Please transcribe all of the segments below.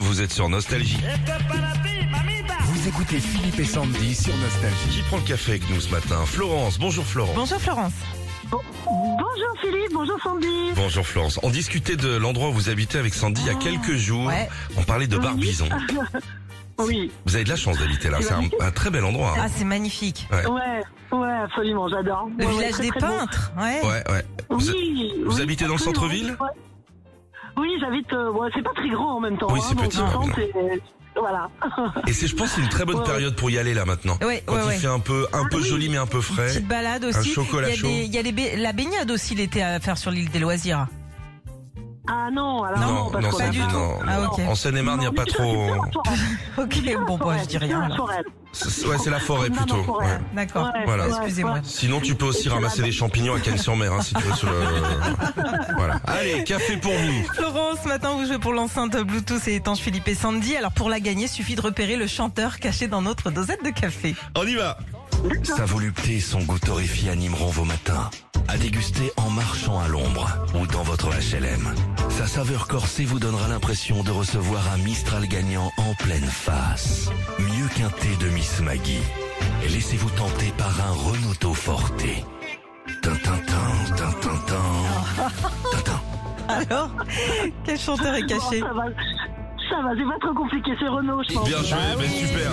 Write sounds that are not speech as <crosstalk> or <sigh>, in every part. Vous êtes sur Nostalgie. Vous écoutez Philippe et Sandy sur Nostalgie. Qui prend le café avec nous ce matin Florence. Bonjour Florence. Bonjour Florence. Bonjour Philippe, bonjour Sandy. Bonjour Florence. On discutait de l'endroit où vous habitez avec Sandy il y a quelques jours. ouais. On parlait de Barbizon. Oui, Vous avez de la chance d'habiter là. C'est un, un très bel endroit. hein. Ah, c'est magnifique. ouais, ouais, absolument, j'adore. Le Ouais, ouais, village très, des très peintres. Ouais. Ouais, ouais. beau. Vous- oui, vous oui, habitez dans le absolument, centre-ville ouais. Oui, j'habite. euh, bon, c'est pas très grand en même temps. Oui, c'est hein, donc petit, du ouais, temps, bien. c'est- Voilà. Et c'est, je pense, c'est une très bonne Ouais. période pour y aller là maintenant. Ouais, Quand ouais, il ouais. fait un peu, un peu oui. joli mais un peu frais. Petite balade aussi. chocolat il y a, chaud. des- il y a les ba- la baignade aussi l'été à faire sur l'île des loisirs. Ah non, alors non, parce qu'on pas a Sandy, du pas- tout. non, Ah, non. ok. En Seine-et-Marne, il n'y a Non, pas mais c'est trop. dans la forêt, Ok, <laughs> bon, bah, je dis c'est dans rien. la là. forêt. C'est- Ouais, c'est la forêt Non, non, plutôt. forêt. ouais. D'accord. Ouais, Voilà. ouais, Excusez-moi. ouais. Sinon, tu peux aussi Et ramasser c'est la- des champignons à Cagnes-sur-Mer, hein, si tu veux. Sur le... voilà. Allez, café pour vous. Florence, ce matin, vous jouez pour l'enceinte Bluetooth et étanche Philippe et Sandy. Alors, pour la gagner, suffit de repérer le chanteur caché dans notre dosette de café. On y va. Sa volupté et son goût torréfié animeront vos matins. À déguster en marchant à l'ombre ou dans votre HLM. Sa saveur corsée vous donnera l'impression de recevoir un Mistral gagnant en pleine face. Mieux qu'un thé de Miss Maggie. Et laissez-vous tenter par un Renault Forte. Tintintin, tintintin. <laughs> Tintin. Alors, <laughs> quel chanteur est Bon, caché ça va, ça va, c'est pas trop compliqué, c'est Renault, je pense. Bien joué, mais super.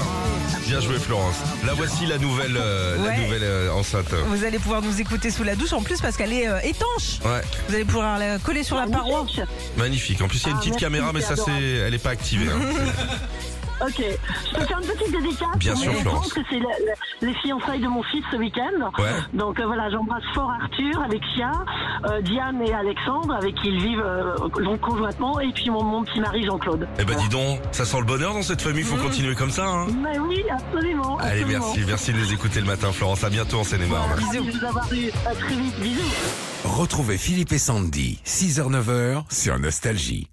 Bien joué, Florence. La voici la nouvelle, euh, la Ouais. nouvelle euh, enceinte. Vous allez pouvoir nous écouter sous la douche en plus parce qu'elle est euh, étanche. Ouais, Vous allez pouvoir la coller Ah sur la paroi. Magnifique. magnifique. En plus, il y a une Ah, petite merci, caméra, mais c'est ça, c'est, adorable. elle est pas activée. hein. <laughs> Ok, je peux faire une petite dédicace. Bien sûr, Mais je Florence. pense que c'est la- la- les fiançailles de mon fils ce week-end. Ouais. Donc euh, voilà, j'embrasse fort Arthur, Alexia, euh, Diane et Alexandre, avec qui ils vivent euh, donc conjointement, et puis mon, mon petit mari Jean-Claude. Eh ben, dis donc, ça sent le bonheur dans cette famille. Faut continuer comme ça. hein. Mais oui, absolument. Allez, Mmh. absolument. merci, merci de les écouter le matin, Florence. À bientôt en Seine-et-Marne. Ravi de vous avoir eu. À très vite. Bisous. Retrouvez Philippe et Sandy, 6h-9h sur Nostalgie.